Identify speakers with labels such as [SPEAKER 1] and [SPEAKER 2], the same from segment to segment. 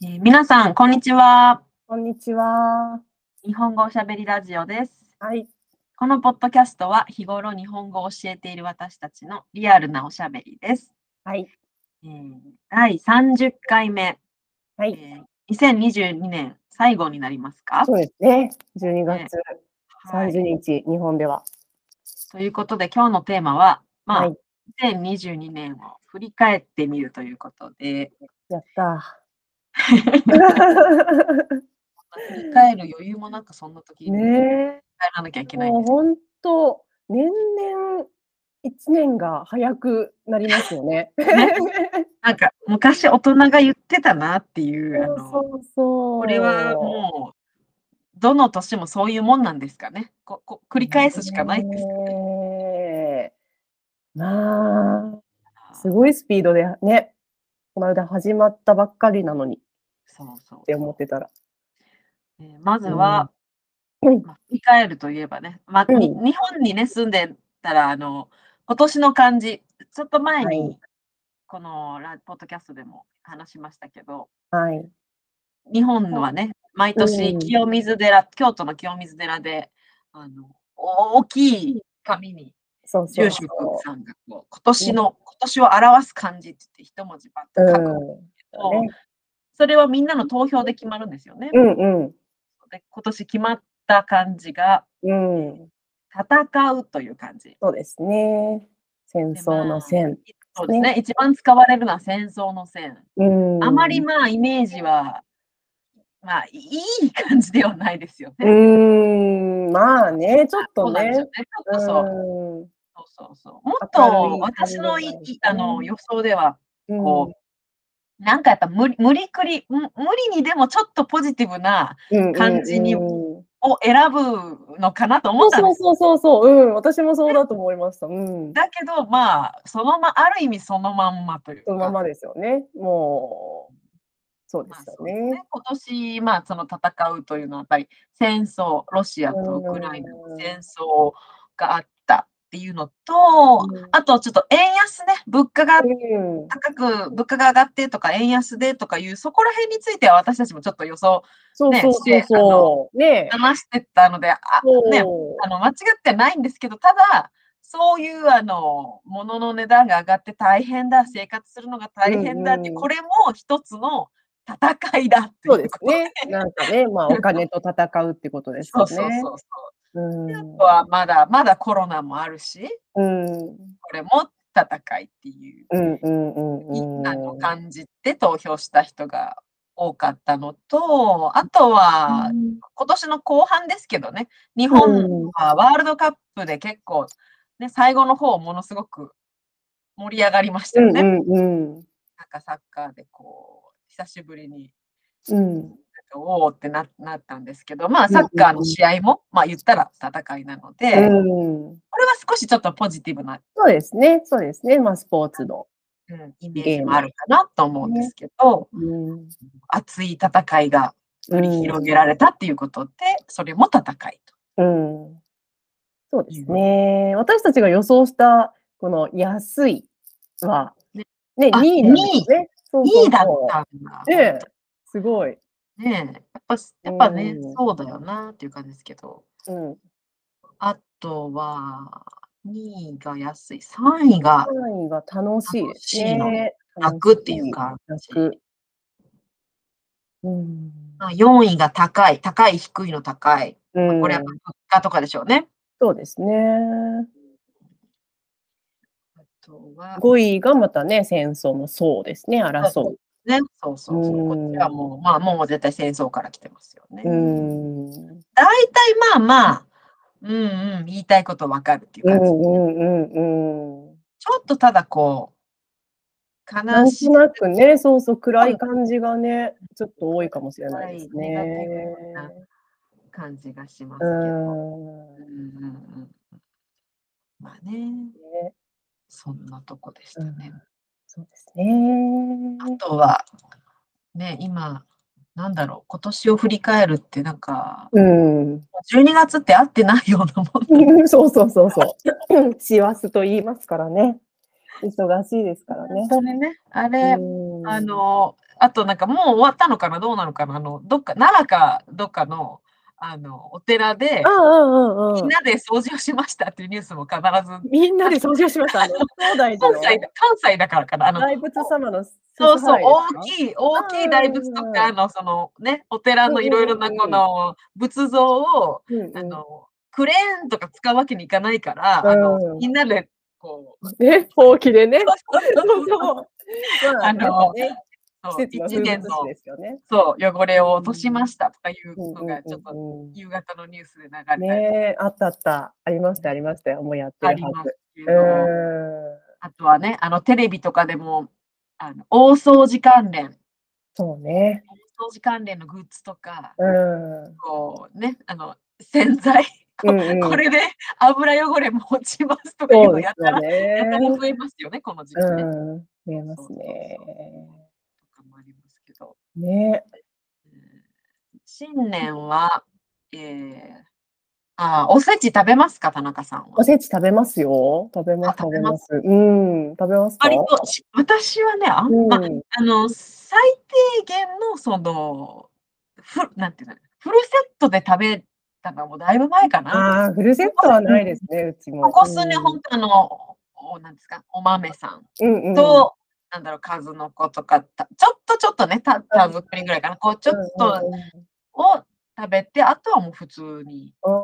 [SPEAKER 1] 皆さん、こんにちは。
[SPEAKER 2] こんにちは。
[SPEAKER 1] 日本語おしゃべりラジオです。
[SPEAKER 2] はい。
[SPEAKER 1] このポッドキャストは日頃日本語を教えている私たちのリアルなおしゃべりです。
[SPEAKER 2] はい。
[SPEAKER 1] えー第30回目、
[SPEAKER 2] はい。
[SPEAKER 1] えー2022年最後になりますか、
[SPEAKER 2] そうですね。12月
[SPEAKER 1] はい
[SPEAKER 2] 30日、日本では。
[SPEAKER 1] ということで、今日のテーマは、まあ
[SPEAKER 2] はい。
[SPEAKER 1] 2022年を振り返ってみるということで、
[SPEAKER 2] やった
[SPEAKER 1] 振
[SPEAKER 2] ー。
[SPEAKER 1] り返る余裕もなんかそんな時に帰
[SPEAKER 2] ね
[SPEAKER 1] らなきゃいけ
[SPEAKER 2] え。
[SPEAKER 1] ないん
[SPEAKER 2] もう
[SPEAKER 1] です。
[SPEAKER 2] 本当、年々、一年が早くなりますよね。
[SPEAKER 1] なんか昔大人が言ってたなっていう、あ
[SPEAKER 2] そう
[SPEAKER 1] の、
[SPEAKER 2] そうそう。
[SPEAKER 1] これはもう、どの年もそういうもんなんですかね。ここ繰
[SPEAKER 2] う、
[SPEAKER 1] り返すしかないんですかね。
[SPEAKER 2] ねえ。まあ、すごいスピードでね、この間始まったばっかりなのにっ
[SPEAKER 1] そうそう
[SPEAKER 2] て思ってたら。
[SPEAKER 1] えーまずは、
[SPEAKER 2] うん
[SPEAKER 1] まあ振り返るといえばね、まあに
[SPEAKER 2] う
[SPEAKER 1] 日本にね、住んでたら、あの、今年の漢字、ちょっと前
[SPEAKER 2] は
[SPEAKER 1] に
[SPEAKER 2] い、
[SPEAKER 1] このラポッドキャストでも話しましたけど、
[SPEAKER 2] はい。
[SPEAKER 1] 日本はね、毎
[SPEAKER 2] う
[SPEAKER 1] 年
[SPEAKER 2] ん
[SPEAKER 1] 清水寺、京都の清水寺で、あの、大きい紙に
[SPEAKER 2] そうそ
[SPEAKER 1] 住
[SPEAKER 2] うそう
[SPEAKER 1] 職さんがこう今年の、今年を表す漢字って言って一文字バッと書くんだけど、
[SPEAKER 2] うん
[SPEAKER 1] それはみんなの投票で決まるんですよね。
[SPEAKER 2] うん
[SPEAKER 1] で今年決まった漢字が
[SPEAKER 2] うん。うん。
[SPEAKER 1] 戦うという漢字。
[SPEAKER 2] そうですね。戦争の戦。
[SPEAKER 1] そうですね。一番使われるのは戦争の戦。
[SPEAKER 2] うん。
[SPEAKER 1] あまりまあイメージは、まあいいい感じではないですよ
[SPEAKER 2] う
[SPEAKER 1] ね。
[SPEAKER 2] ん。まあね、ちょっ
[SPEAKER 1] そ
[SPEAKER 2] と
[SPEAKER 1] うなんですよ
[SPEAKER 2] ね
[SPEAKER 1] ね。。ちょっとそう。
[SPEAKER 2] う
[SPEAKER 1] そうそうそうもっ
[SPEAKER 2] 明る
[SPEAKER 1] と
[SPEAKER 2] い感
[SPEAKER 1] 私
[SPEAKER 2] じ
[SPEAKER 1] の
[SPEAKER 2] で
[SPEAKER 1] い
[SPEAKER 2] はないですね
[SPEAKER 1] あの予想では、
[SPEAKER 2] ん。
[SPEAKER 1] こなんかやっぱ無理無理くり、む無理にでもちょっとポジティブな
[SPEAKER 2] うん
[SPEAKER 1] 感じに
[SPEAKER 2] うんうん
[SPEAKER 1] を選ぶのかなと思
[SPEAKER 2] そ
[SPEAKER 1] っ
[SPEAKER 2] う
[SPEAKER 1] たん
[SPEAKER 2] そ
[SPEAKER 1] で
[SPEAKER 2] う
[SPEAKER 1] す。
[SPEAKER 2] そうそうそう。うん。私もそうだと思いました。うん。
[SPEAKER 1] だけど、まあ、そのま、ある意味そのまんまというか。
[SPEAKER 2] そのままですよね。もう。そうで
[SPEAKER 1] まあ
[SPEAKER 2] す
[SPEAKER 1] そ
[SPEAKER 2] よ
[SPEAKER 1] うです
[SPEAKER 2] ね
[SPEAKER 1] ね。今年、まあ、その戦うというのは、やっぱり戦争、ロシアとウクライナ
[SPEAKER 2] う
[SPEAKER 1] の
[SPEAKER 2] ん
[SPEAKER 1] 戦争があったっていうのと、
[SPEAKER 2] うん
[SPEAKER 1] あとちょっと円安ね、物価が
[SPEAKER 2] うん。
[SPEAKER 1] 高く、物価が上がってとか、円安でとかいう、そこら辺については私たちもちょっと予想
[SPEAKER 2] そうそうそうそう。ね。
[SPEAKER 1] 話してたので、あね、
[SPEAKER 2] そう。
[SPEAKER 1] あの間違ってはないんですけど、ただ、そういうあのものの値段が上がって大変だ、生活するのが大変だって、
[SPEAKER 2] うんうん
[SPEAKER 1] これも一つの戦いだ ってい
[SPEAKER 2] そうで
[SPEAKER 1] う
[SPEAKER 2] す
[SPEAKER 1] こと
[SPEAKER 2] ね。なんかね、まあ、お金と戦うってことです
[SPEAKER 1] そ
[SPEAKER 2] よ
[SPEAKER 1] うそう
[SPEAKER 2] ね
[SPEAKER 1] そ。うそう。
[SPEAKER 2] うん
[SPEAKER 1] あとはまだまだコロナもあるし、
[SPEAKER 2] うん
[SPEAKER 1] これも戦いっていう、
[SPEAKER 2] うんうんうん
[SPEAKER 1] いあ
[SPEAKER 2] う
[SPEAKER 1] の
[SPEAKER 2] ん。
[SPEAKER 1] 感じて投票した人が多かったのと、あとは今年の後半ですけどね、日
[SPEAKER 2] う
[SPEAKER 1] 本
[SPEAKER 2] ん
[SPEAKER 1] はワールドカップで結構、ね、最後の方、ものすごく盛り上がりました
[SPEAKER 2] う
[SPEAKER 1] よ
[SPEAKER 2] ん
[SPEAKER 1] ね。
[SPEAKER 2] うんうん
[SPEAKER 1] なんかサッカーでこう、久しぶりに、
[SPEAKER 2] うん
[SPEAKER 1] おおってななったんですけど、まあ、サッカーの試合も、まあ、言ったら戦いなので、
[SPEAKER 2] うん。
[SPEAKER 1] これは少しちょっとポジティブな、
[SPEAKER 2] そうですね、そうですね、まあ、スポーツの。
[SPEAKER 1] うん、イメージもあるかなと思うんですけど、
[SPEAKER 2] うん
[SPEAKER 1] 熱い戦いが
[SPEAKER 2] う
[SPEAKER 1] 繰り広げられたっていうことで、それも戦いと。
[SPEAKER 2] ん。そうですね、私たちが予想した、この安いは、
[SPEAKER 1] ね
[SPEAKER 2] ね、2
[SPEAKER 1] あ
[SPEAKER 2] 位なんですね。そうそうそう
[SPEAKER 1] いいだったんだ。
[SPEAKER 2] ねえすごい。
[SPEAKER 1] ねえ、やっぱすやっぱね、
[SPEAKER 2] うん
[SPEAKER 1] そうだよなっていう感じですけど、
[SPEAKER 2] うん。
[SPEAKER 1] あとは2位が安い、3位が
[SPEAKER 2] 単位が楽しいです
[SPEAKER 1] 楽しいの
[SPEAKER 2] ね。
[SPEAKER 1] 楽っていう感じ、
[SPEAKER 2] 楽。うん。
[SPEAKER 1] 4位が高い、高い、低いの高い、
[SPEAKER 2] うん
[SPEAKER 1] これやっぱ物価とかでしょうね。
[SPEAKER 2] そうですね。
[SPEAKER 1] あとは、
[SPEAKER 2] 5位がまたね、戦争の層ですね、争う。
[SPEAKER 1] ね、そうそうそう、
[SPEAKER 2] うん
[SPEAKER 1] こっちはもう、まあもう絶対戦争から来てますよね。
[SPEAKER 2] う
[SPEAKER 1] 大
[SPEAKER 2] ん。
[SPEAKER 1] 体まあまあ、うんうん、言いたいことわかるっていう
[SPEAKER 2] う
[SPEAKER 1] 感じ。
[SPEAKER 2] んうんうんうん。
[SPEAKER 1] ちょっとただこう、
[SPEAKER 2] な
[SPEAKER 1] 悲
[SPEAKER 2] ん
[SPEAKER 1] し
[SPEAKER 2] となくね、そうそう、暗い感じがね、ちょっと多いかもしれないですね。
[SPEAKER 1] はいネガティブない感じがしますけ
[SPEAKER 2] う
[SPEAKER 1] ど。
[SPEAKER 2] ん。
[SPEAKER 1] うんうんうんうんまあね、
[SPEAKER 2] ね
[SPEAKER 1] そんなとこでしたね。
[SPEAKER 2] そうですね。
[SPEAKER 1] あとは、ね、今、なんだろう、今年を振り返るって、なんか、
[SPEAKER 2] うん。
[SPEAKER 1] 12月って合ってないようなもん。
[SPEAKER 2] そうそうそうそう。師走と言いますからね。忙しいですからね。
[SPEAKER 1] 本当にね、あれ、
[SPEAKER 2] うん
[SPEAKER 1] あ、の、あとなんかもう終わったのかなどうなのかなあの、どっか、奈良かどっかの、あの、お寺で、
[SPEAKER 2] うんうんうん
[SPEAKER 1] み
[SPEAKER 2] うん
[SPEAKER 1] ん。なで掃除をしましたっていうニュースも必ず、
[SPEAKER 2] みんなで掃除をしました。あの東大寺
[SPEAKER 1] 関
[SPEAKER 2] の
[SPEAKER 1] 西だ、関西だからかな。あの、
[SPEAKER 2] 大仏様の
[SPEAKER 1] そうそう、大
[SPEAKER 2] い。
[SPEAKER 1] きい、大きい大仏とか、あ
[SPEAKER 2] う
[SPEAKER 1] の、そのね、お寺のいろいろな
[SPEAKER 2] うんうん
[SPEAKER 1] こ
[SPEAKER 2] うん
[SPEAKER 1] の仏像を、
[SPEAKER 2] うん
[SPEAKER 1] あ
[SPEAKER 2] うん
[SPEAKER 1] の、クレーンとか使うわけにいかないから、あ
[SPEAKER 2] う
[SPEAKER 1] の、
[SPEAKER 2] ん
[SPEAKER 1] みんなで、こう、
[SPEAKER 2] ね、ほうきでね。
[SPEAKER 1] そうそう
[SPEAKER 2] ま
[SPEAKER 1] あの
[SPEAKER 2] ね
[SPEAKER 1] そう
[SPEAKER 2] 季節の
[SPEAKER 1] 一
[SPEAKER 2] 風
[SPEAKER 1] 年
[SPEAKER 2] 物詩
[SPEAKER 1] の、
[SPEAKER 2] ですよね。
[SPEAKER 1] そう、汚れを落としましたとかいう
[SPEAKER 2] うん
[SPEAKER 1] の
[SPEAKER 2] うん
[SPEAKER 1] が、ちょっと
[SPEAKER 2] うん
[SPEAKER 1] 夕方のニュースで流れたり
[SPEAKER 2] ねえ、あったあった。ありました、ありましたよ。もうやって
[SPEAKER 1] あ
[SPEAKER 2] る
[SPEAKER 1] りま
[SPEAKER 2] はず
[SPEAKER 1] す。け
[SPEAKER 2] う
[SPEAKER 1] ど、
[SPEAKER 2] ん。
[SPEAKER 1] あとはね、あの、テレビとかでも、あの、大掃除関連、
[SPEAKER 2] そうね。
[SPEAKER 1] 大掃除関連のグッズとか、
[SPEAKER 2] うん。う
[SPEAKER 1] こうね、あの、洗剤、こ
[SPEAKER 2] んうん
[SPEAKER 1] これで油汚れも落ちますとかいう
[SPEAKER 2] そう
[SPEAKER 1] の
[SPEAKER 2] で
[SPEAKER 1] やっ
[SPEAKER 2] す
[SPEAKER 1] たら、
[SPEAKER 2] よ
[SPEAKER 1] やたら
[SPEAKER 2] ね。
[SPEAKER 1] 増えますよね、この時期ね。と
[SPEAKER 2] うん。見えますね。
[SPEAKER 1] かもありますけど。
[SPEAKER 2] ね。
[SPEAKER 1] うん新年は、えー、あー、おせち食べますか、田中さん
[SPEAKER 2] お
[SPEAKER 1] は。
[SPEAKER 2] せち食べますよ。食べます、
[SPEAKER 1] あ食
[SPEAKER 2] 食
[SPEAKER 1] べ
[SPEAKER 2] べ
[SPEAKER 1] ま
[SPEAKER 2] ます。うん。食べますか
[SPEAKER 1] 割とし、私はね、あん
[SPEAKER 2] うん
[SPEAKER 1] ま、あの、最低限の、その、ふ、なんていうの、フルセットで食べたのはもうだいぶ前かな。
[SPEAKER 2] ああ、フルセットはないですね、うちも。
[SPEAKER 1] ここ数年、
[SPEAKER 2] うん
[SPEAKER 1] 本当あの、おなんですか、お豆さん。
[SPEAKER 2] うんうん、
[SPEAKER 1] と、なんだろう、数の子とか、たちょっとちょっとね、たたぶくりぐらいかな、こう、ちょっ
[SPEAKER 2] う
[SPEAKER 1] と
[SPEAKER 2] んうん
[SPEAKER 1] を食べて、あとはもう普通に、
[SPEAKER 2] うん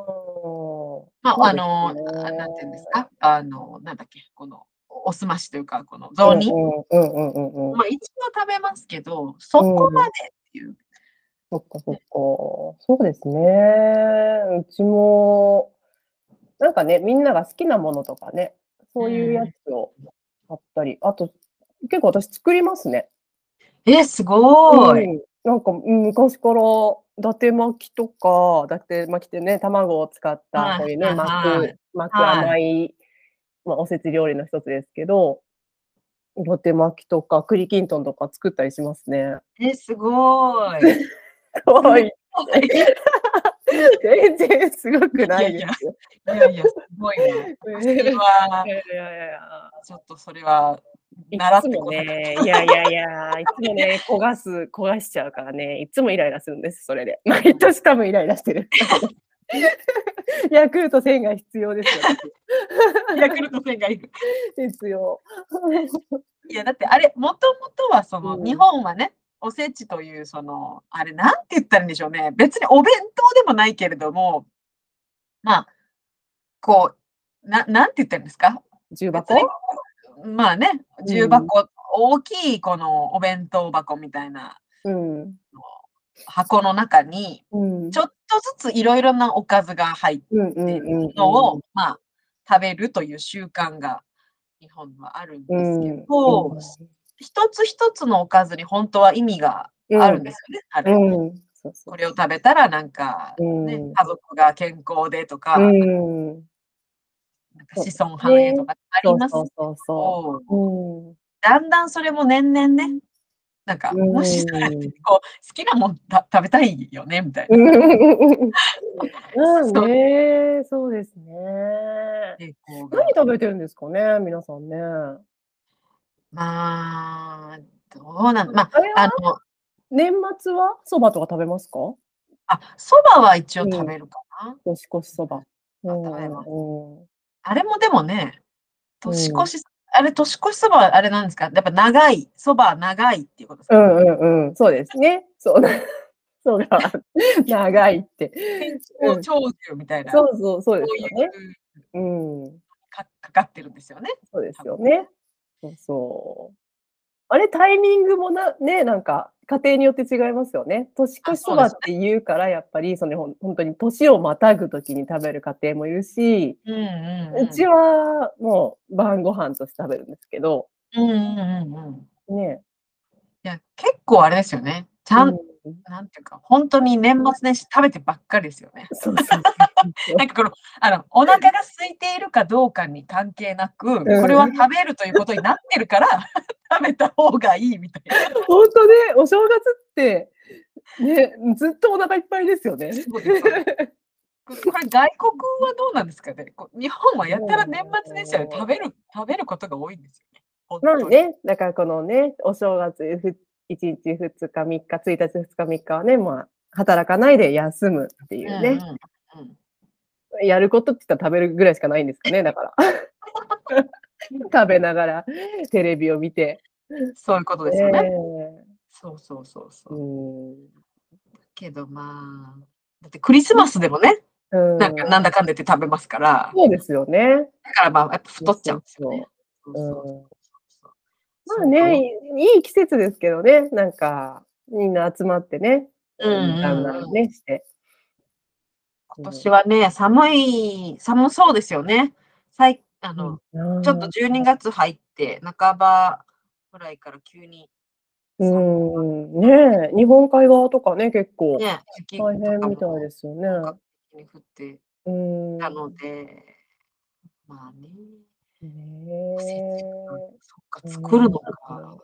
[SPEAKER 1] まあ、あ
[SPEAKER 2] そ
[SPEAKER 1] の
[SPEAKER 2] うです、ね
[SPEAKER 1] あなんていうんですか、あの、なんだっけ、この、おおすましというか、この雑煮、
[SPEAKER 2] うんうんうんうんうん。
[SPEAKER 1] まあ、一応食べますけど、そこまでっていう、
[SPEAKER 2] そっかそっか。そうですね。うちも、なんかね、みんなが好きなものとかね、そういうやつを買ったり、あと、結構私作りますね。
[SPEAKER 1] え、すごい。
[SPEAKER 2] うんなんかうん昔から伊達巻きとか伊達巻きってね卵を使った
[SPEAKER 1] はい
[SPEAKER 2] こういうね
[SPEAKER 1] はい
[SPEAKER 2] 巻
[SPEAKER 1] はい
[SPEAKER 2] く巻く甘い、まあ、おせち料理の一つですけど伊達巻きとか栗きんとんとか作ったりします ね。
[SPEAKER 1] え、すごい。
[SPEAKER 2] かわいい
[SPEAKER 1] い
[SPEAKER 2] 全然すごくないですよ。
[SPEAKER 1] やいや、すごいな。そ
[SPEAKER 2] いや
[SPEAKER 1] れ
[SPEAKER 2] い
[SPEAKER 1] は、
[SPEAKER 2] やいやいや
[SPEAKER 1] ちょっとそれは、
[SPEAKER 2] い
[SPEAKER 1] 習っ
[SPEAKER 2] つ
[SPEAKER 1] て
[SPEAKER 2] も
[SPEAKER 1] こなかっ
[SPEAKER 2] ね、いやいやいや、いつ もね、焦がす、焦がしちゃうからね、いつもイライラするんです、それで。 毎年多分イライラ してる。ヤクルト1000が必要ですよ。
[SPEAKER 1] た。 ヤクルト1000がいる。
[SPEAKER 2] 必要。
[SPEAKER 1] いやだってあれもともとはその、
[SPEAKER 2] うん
[SPEAKER 1] 日本はねおせちというそのあれなんて言ったらいいんでしょうね別にお弁当でもないけれどもまあこうななんて言ったらいいんですか
[SPEAKER 2] 重
[SPEAKER 1] 別
[SPEAKER 2] 箱
[SPEAKER 1] にまあね
[SPEAKER 2] ん
[SPEAKER 1] 重箱、大きいこのお弁当箱みたいな
[SPEAKER 2] うん。
[SPEAKER 1] 箱の中に
[SPEAKER 2] うん。
[SPEAKER 1] ちょっとずついろいろなおかずが入って
[SPEAKER 2] うんうん
[SPEAKER 1] る
[SPEAKER 2] うん
[SPEAKER 1] のを、まあ食べるという習慣が日本はあるんですけど、一つ一つのおかずに本当は意味があるんですよね。あ
[SPEAKER 2] う
[SPEAKER 1] れ
[SPEAKER 2] ん。うん。そうそ
[SPEAKER 1] これを食べたらなんか、
[SPEAKER 2] う。うん。
[SPEAKER 1] ね家族が健康でとか,、
[SPEAKER 2] うん。
[SPEAKER 1] なんか子孫繁栄とかあ
[SPEAKER 2] そ
[SPEAKER 1] り
[SPEAKER 2] う
[SPEAKER 1] ますけ
[SPEAKER 2] そ
[SPEAKER 1] ど
[SPEAKER 2] うそうそう。
[SPEAKER 1] だんだんそれも年々ねなんか
[SPEAKER 2] うん
[SPEAKER 1] もしされてこう好きなもんた食べたいよねみたいな
[SPEAKER 2] う。ん。うん。
[SPEAKER 1] そう
[SPEAKER 2] ね、そうですね。
[SPEAKER 1] 傾向が
[SPEAKER 2] 何食べてるんですかね、皆さんね。
[SPEAKER 1] まあどうなのまあ
[SPEAKER 2] あれは
[SPEAKER 1] あの
[SPEAKER 2] 年末はそばとか食べますか
[SPEAKER 1] あそばは一応食べるかな、
[SPEAKER 2] 年越しそば。うん
[SPEAKER 1] 食べます
[SPEAKER 2] うん
[SPEAKER 1] あれもでもね
[SPEAKER 2] うん
[SPEAKER 1] 年越し、あれ年越しそばはあれなんですかやっぱ長いそばは長いっていうことです
[SPEAKER 2] う
[SPEAKER 1] か、
[SPEAKER 2] んうんうん、そうですね。そう。 そうが長いって。
[SPEAKER 1] 長
[SPEAKER 2] うん
[SPEAKER 1] 長寿みたいな、
[SPEAKER 2] そうそう、そうで
[SPEAKER 1] そう
[SPEAKER 2] す
[SPEAKER 1] い
[SPEAKER 2] よ
[SPEAKER 1] う
[SPEAKER 2] ね。うん、
[SPEAKER 1] かかかってるんですよね。
[SPEAKER 2] そうですよね。そうそう。あれ、タイミングもな、ね、なんか、家庭によって違いますよね。年越しそばって言うから、やっぱり、その、ほん本当に年をまたぐときに食べる家庭もいるし、
[SPEAKER 1] うんうんう
[SPEAKER 2] うちはもう晩ご飯として食べるんですけど、
[SPEAKER 1] んうんうんうん。
[SPEAKER 2] ね。
[SPEAKER 1] いや結構あれですよね。ちゃん、
[SPEAKER 2] うん
[SPEAKER 1] なんていうか本当に年末年始食べてばっかりですよね。
[SPEAKER 2] そうそうそう そう
[SPEAKER 1] なんかこのあのお腹が空いているかどうかに関係なく、これは食べるということになってるから 食べた方がいいみたいな。
[SPEAKER 2] 本当ね、お正月って、ね、ずっとお腹いっぱいですよね。
[SPEAKER 1] そうですよねここれ外国はどうなんですかね。こう日本はやたら年末年始は食べる食べることが多いんですよね。本
[SPEAKER 2] まあ
[SPEAKER 1] 当に
[SPEAKER 2] ね、だからこのね、お正月、ふ1日2日3日、1日2日3日はね、まあ、働かないで休むっていうね。
[SPEAKER 1] うんうんうん
[SPEAKER 2] やることって言ったら食べるぐらいしかないんですかね、だ から。食べながらテレビを見て。
[SPEAKER 1] そういうことですよね。
[SPEAKER 2] え
[SPEAKER 1] そうそうそうそ
[SPEAKER 2] え
[SPEAKER 1] う。
[SPEAKER 2] うん
[SPEAKER 1] けどまあ、だってクリスマスでもね、
[SPEAKER 2] うん
[SPEAKER 1] なんかなんだかんだ言って食べますから、
[SPEAKER 2] そうですよね。
[SPEAKER 1] だからまあ、やっぱ太っちゃうんですよね。
[SPEAKER 2] うそう
[SPEAKER 1] そうそうそうそう
[SPEAKER 2] まあね、いいいい季節ですけどね、なんか、みんな集まってね、
[SPEAKER 1] うんうんうん
[SPEAKER 2] 団らんね、して。
[SPEAKER 1] 今年はね、寒い、寒そうですよね。最あの、ちょっと12月入って、半ばぐらいから急に、
[SPEAKER 2] うん、ねえ日本海側とかね、結構、
[SPEAKER 1] ね、雪
[SPEAKER 2] 大変みた
[SPEAKER 1] も
[SPEAKER 2] いですよ
[SPEAKER 1] 本
[SPEAKER 2] ね
[SPEAKER 1] 格。的に降って
[SPEAKER 2] うん。
[SPEAKER 1] たので、まあね、
[SPEAKER 2] ね
[SPEAKER 1] 季節感
[SPEAKER 2] え
[SPEAKER 1] そっか、作るの
[SPEAKER 2] うん
[SPEAKER 1] か、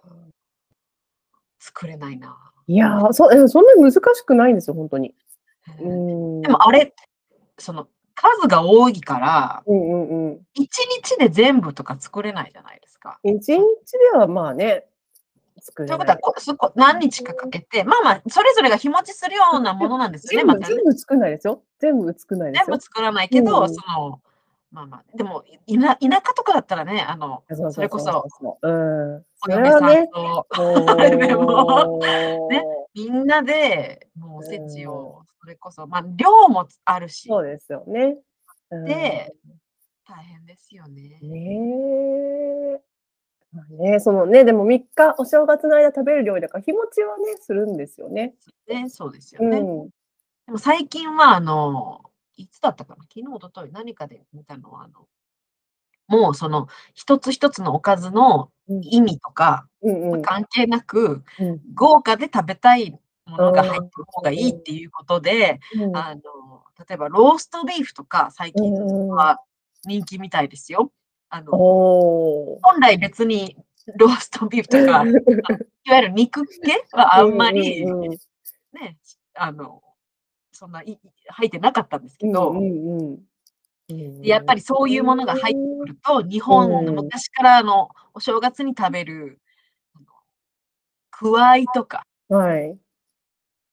[SPEAKER 1] 作れないな。
[SPEAKER 2] いやーそ、えそんなに難しくないんですよ、本当に。う
[SPEAKER 1] うん
[SPEAKER 2] ん。
[SPEAKER 1] でもあれ、その数が多いから、
[SPEAKER 2] うんうんうん。
[SPEAKER 1] 1日で全部とか作れないじゃないですか。
[SPEAKER 2] 一日ではまあね、作れ
[SPEAKER 1] というこ
[SPEAKER 2] な。
[SPEAKER 1] とはいこそこ何日かかけて、まあまあ、それぞれが日持ちするようなものなんですよね、
[SPEAKER 2] 全
[SPEAKER 1] ま
[SPEAKER 2] 部、
[SPEAKER 1] たね
[SPEAKER 2] 全。部作んないですよ。全部作んないで
[SPEAKER 1] 全
[SPEAKER 2] すよ
[SPEAKER 1] 部。作らないけど、
[SPEAKER 2] うん
[SPEAKER 1] その、まあまあ、でも、い田田舎とかだったらね、あの、
[SPEAKER 2] あ
[SPEAKER 1] それこそ、
[SPEAKER 2] うううん。そ
[SPEAKER 1] お
[SPEAKER 2] れ
[SPEAKER 1] 嫁
[SPEAKER 2] は
[SPEAKER 1] さん
[SPEAKER 2] ね、
[SPEAKER 1] と で
[SPEAKER 2] も
[SPEAKER 1] も
[SPEAKER 2] う
[SPEAKER 1] ねみんなで、もうおせちを、それこそ、まあ、量もあるし、
[SPEAKER 2] そうですよね。うん
[SPEAKER 1] で、大変ですよね。
[SPEAKER 2] ねえ。まあね、そのね、でも3日お正月の間食べる料理だから日持ちはね、するんですよね。
[SPEAKER 1] ねそうですよ
[SPEAKER 2] う
[SPEAKER 1] ね。
[SPEAKER 2] ん。
[SPEAKER 1] でも最近は、あの、いつだったかな昨日、一昨日何かで見たのは、あの、もうその、一つ一つのおかずの
[SPEAKER 2] うん
[SPEAKER 1] 意味とか、
[SPEAKER 2] うんうん。
[SPEAKER 1] 関係なく、
[SPEAKER 2] うん
[SPEAKER 1] 豪華で食べたいものが入ってる方がいいっていうことで、
[SPEAKER 2] うん
[SPEAKER 1] あの、例えばローストビーフとか最近
[SPEAKER 2] うん
[SPEAKER 1] は人気みたいですよ。あの、
[SPEAKER 2] おー。
[SPEAKER 1] 本来別にローストビー フとか、いわゆる肉系はあんまり
[SPEAKER 2] うんうんうん
[SPEAKER 1] ね、あの、そんないい入ってなかったんですけど、
[SPEAKER 2] うんうんうん
[SPEAKER 1] やっぱりそういうものが入ってくると、日本の昔からのお正月に食べる、あのくわいとか、
[SPEAKER 2] はい。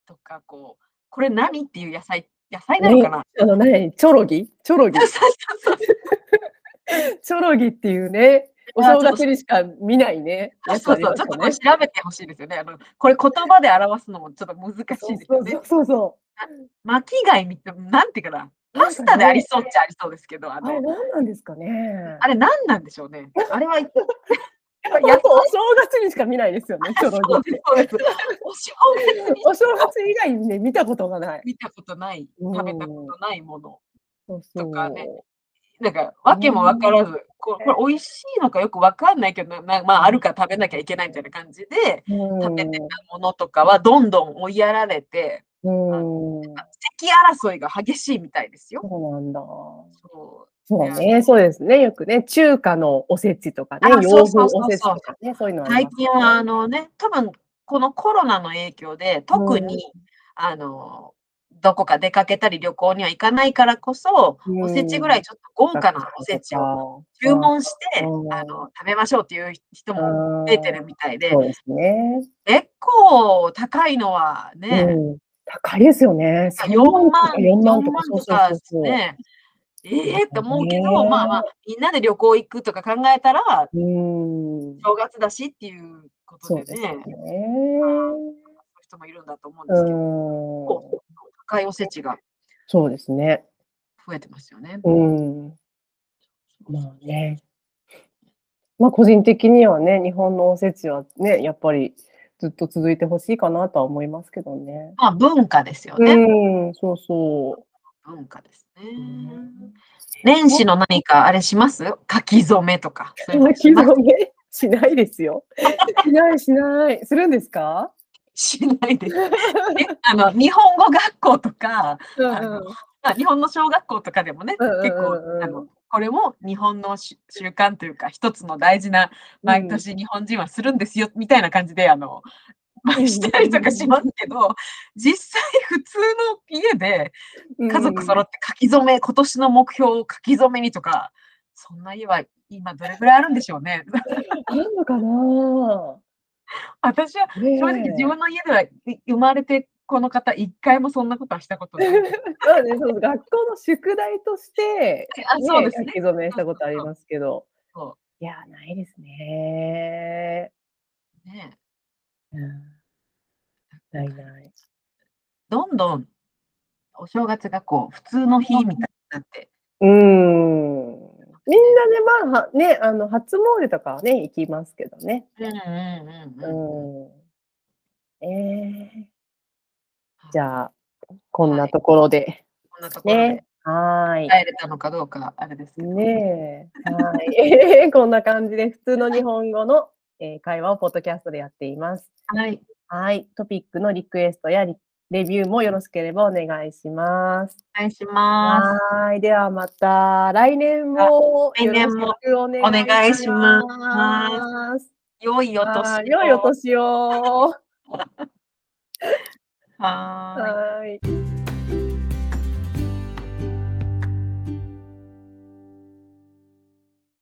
[SPEAKER 1] とか、こう、これ何っていう野菜、野菜なのかな、
[SPEAKER 2] あのね、チョロギチョ ロギ
[SPEAKER 1] そうそうそう
[SPEAKER 2] チョロギっていうね、お
[SPEAKER 1] あー
[SPEAKER 2] 正月にしか見ないね。やつ
[SPEAKER 1] そ
[SPEAKER 2] あ
[SPEAKER 1] う
[SPEAKER 2] り
[SPEAKER 1] そう、
[SPEAKER 2] ま
[SPEAKER 1] ち
[SPEAKER 2] す
[SPEAKER 1] ょっとこれ調
[SPEAKER 2] よね
[SPEAKER 1] べてほしいですよね。あの、これ言葉で表すのもちょっと難しいです
[SPEAKER 2] そ
[SPEAKER 1] よ
[SPEAKER 2] う
[SPEAKER 1] ね。
[SPEAKER 2] そうそうそう。
[SPEAKER 1] 巻き貝みたいなんていうかな、
[SPEAKER 2] な
[SPEAKER 1] パ
[SPEAKER 2] んか
[SPEAKER 1] ス
[SPEAKER 2] ね
[SPEAKER 1] タでありそうっちゃありそうですけど、あ
[SPEAKER 2] あれ
[SPEAKER 1] の、
[SPEAKER 2] 何なんですかね。
[SPEAKER 1] あれ何なんでしょうね。あれは、そう
[SPEAKER 2] やっぱお正月にしか見ないですよね、チョロギっ
[SPEAKER 1] で
[SPEAKER 2] て
[SPEAKER 1] す、。そうです。お正月に
[SPEAKER 2] お正月以外にね、見たことがない。
[SPEAKER 1] 見たことない、
[SPEAKER 2] うん
[SPEAKER 1] 食べたことないもの。
[SPEAKER 2] そう
[SPEAKER 1] とかねなんか、わけもわからず、これこれ美味しいのかよくわかんないけど、なまあ、あるから食べなきゃいけないみたいな感じで、
[SPEAKER 2] うん
[SPEAKER 1] 食べてものとかはどんどん追いやられて、
[SPEAKER 2] うん。
[SPEAKER 1] 席争いが激しいみたいですよ。
[SPEAKER 2] そうなんだ。
[SPEAKER 1] そ
[SPEAKER 2] そうね、そうですね。よくね、中華のおせちとかね、
[SPEAKER 1] あ
[SPEAKER 2] 洋風
[SPEAKER 1] そうそうそうそう
[SPEAKER 2] おせちとかね、そういうの
[SPEAKER 1] う
[SPEAKER 2] あり
[SPEAKER 1] 最
[SPEAKER 2] ます
[SPEAKER 1] 近はあのね、多分このコロナの影響で、特に、あのどこか出かけたり旅行には行かないからこそ、
[SPEAKER 2] うん
[SPEAKER 1] おせちぐらいちょっと豪華なおせちを
[SPEAKER 2] を
[SPEAKER 1] 注文して、
[SPEAKER 2] うん
[SPEAKER 1] あの食べましょうっていう人も増えてるみたいで、
[SPEAKER 2] そうですね。
[SPEAKER 1] 結構高いのはね、
[SPEAKER 2] うん高いですよね。
[SPEAKER 1] 4万、
[SPEAKER 2] 4
[SPEAKER 1] 4万
[SPEAKER 2] 万
[SPEAKER 1] と
[SPEAKER 2] とか
[SPEAKER 1] か、
[SPEAKER 2] そうそうそうそう。
[SPEAKER 1] ね。ええと思うけ
[SPEAKER 2] ね
[SPEAKER 1] ど、
[SPEAKER 2] え
[SPEAKER 1] まあまあ、みんなで旅行行くとか考えたら、
[SPEAKER 2] うん。
[SPEAKER 1] 正月だしっていうこと
[SPEAKER 2] そ
[SPEAKER 1] で
[SPEAKER 2] うです
[SPEAKER 1] ね、
[SPEAKER 2] よね
[SPEAKER 1] そういう。人もいるんだと思うんで
[SPEAKER 2] う
[SPEAKER 1] すけど、
[SPEAKER 2] ん。
[SPEAKER 1] 高いおせちが
[SPEAKER 2] そうですね。
[SPEAKER 1] 増えてますよね。
[SPEAKER 2] うん。まあね。まあ個人的にはね、日本のおせちはね、やっぱりずっと続いてほしいかなとは思いますけどね。
[SPEAKER 1] まあ、文化ですよね。
[SPEAKER 2] うん、そうそ
[SPEAKER 1] 文化ですね
[SPEAKER 2] う。。うん
[SPEAKER 1] 年始の何か、あれします書き初めとか。そういうの
[SPEAKER 2] 書
[SPEAKER 1] し
[SPEAKER 2] き
[SPEAKER 1] ま
[SPEAKER 2] 初めしないですよ。しないしない。するんですか？
[SPEAKER 1] すしないです。えあの、日本語学校とか、
[SPEAKER 2] うん
[SPEAKER 1] うんまあ、日本の小学校とかでもね、
[SPEAKER 2] うんうんうんうん
[SPEAKER 1] 結構あのこれも日本のし習慣というか一つの大事な毎年日本人はするんですよ、みたいな感じであの、まあ
[SPEAKER 2] うんうんう ん
[SPEAKER 1] したりとかしますけど実際普通の家で家族揃って書き初め、今年の目標を書き初めにとかそんな家は今どれぐらいあるんでしょうね。
[SPEAKER 2] あるのかな。
[SPEAKER 1] 私は
[SPEAKER 2] ねえ
[SPEAKER 1] 正直自分の家ではい生まれてこの方一回もそんなことはしたこと ない。
[SPEAKER 2] そうね、そう学校の宿題として、
[SPEAKER 1] あそうです
[SPEAKER 2] 書
[SPEAKER 1] ね。
[SPEAKER 2] き初めしたことありますけど。
[SPEAKER 1] そ
[SPEAKER 2] いや、ないですね。
[SPEAKER 1] ね
[SPEAKER 2] うんないない。
[SPEAKER 1] どんどんお正月がこう普通の日みたいになって。
[SPEAKER 2] うん。みんなね、まあ、はね、あの、初詣とかはね、行きますけどね。
[SPEAKER 1] うんうんうんうん。
[SPEAKER 2] うん。ええじ
[SPEAKER 1] あ
[SPEAKER 2] ゃあ、こんなところで。
[SPEAKER 1] こんなところで
[SPEAKER 2] ね。はーい。
[SPEAKER 1] 帰れたのかどうかあれですけど。
[SPEAKER 2] ねえ。はい。 こんな感じで、普通の日本語の、えー会話をポッドキャストでやっています。
[SPEAKER 1] はい。
[SPEAKER 2] はい。トピックのリクエストやリレビューもよろしければお願いします。
[SPEAKER 1] お願いします。
[SPEAKER 2] はい。ではまた来年も
[SPEAKER 1] 来
[SPEAKER 2] よろし
[SPEAKER 1] 年も
[SPEAKER 2] くお願いします。
[SPEAKER 1] 良いお
[SPEAKER 2] は
[SPEAKER 1] 年
[SPEAKER 2] い良いお年を。
[SPEAKER 1] はーい。
[SPEAKER 2] はい。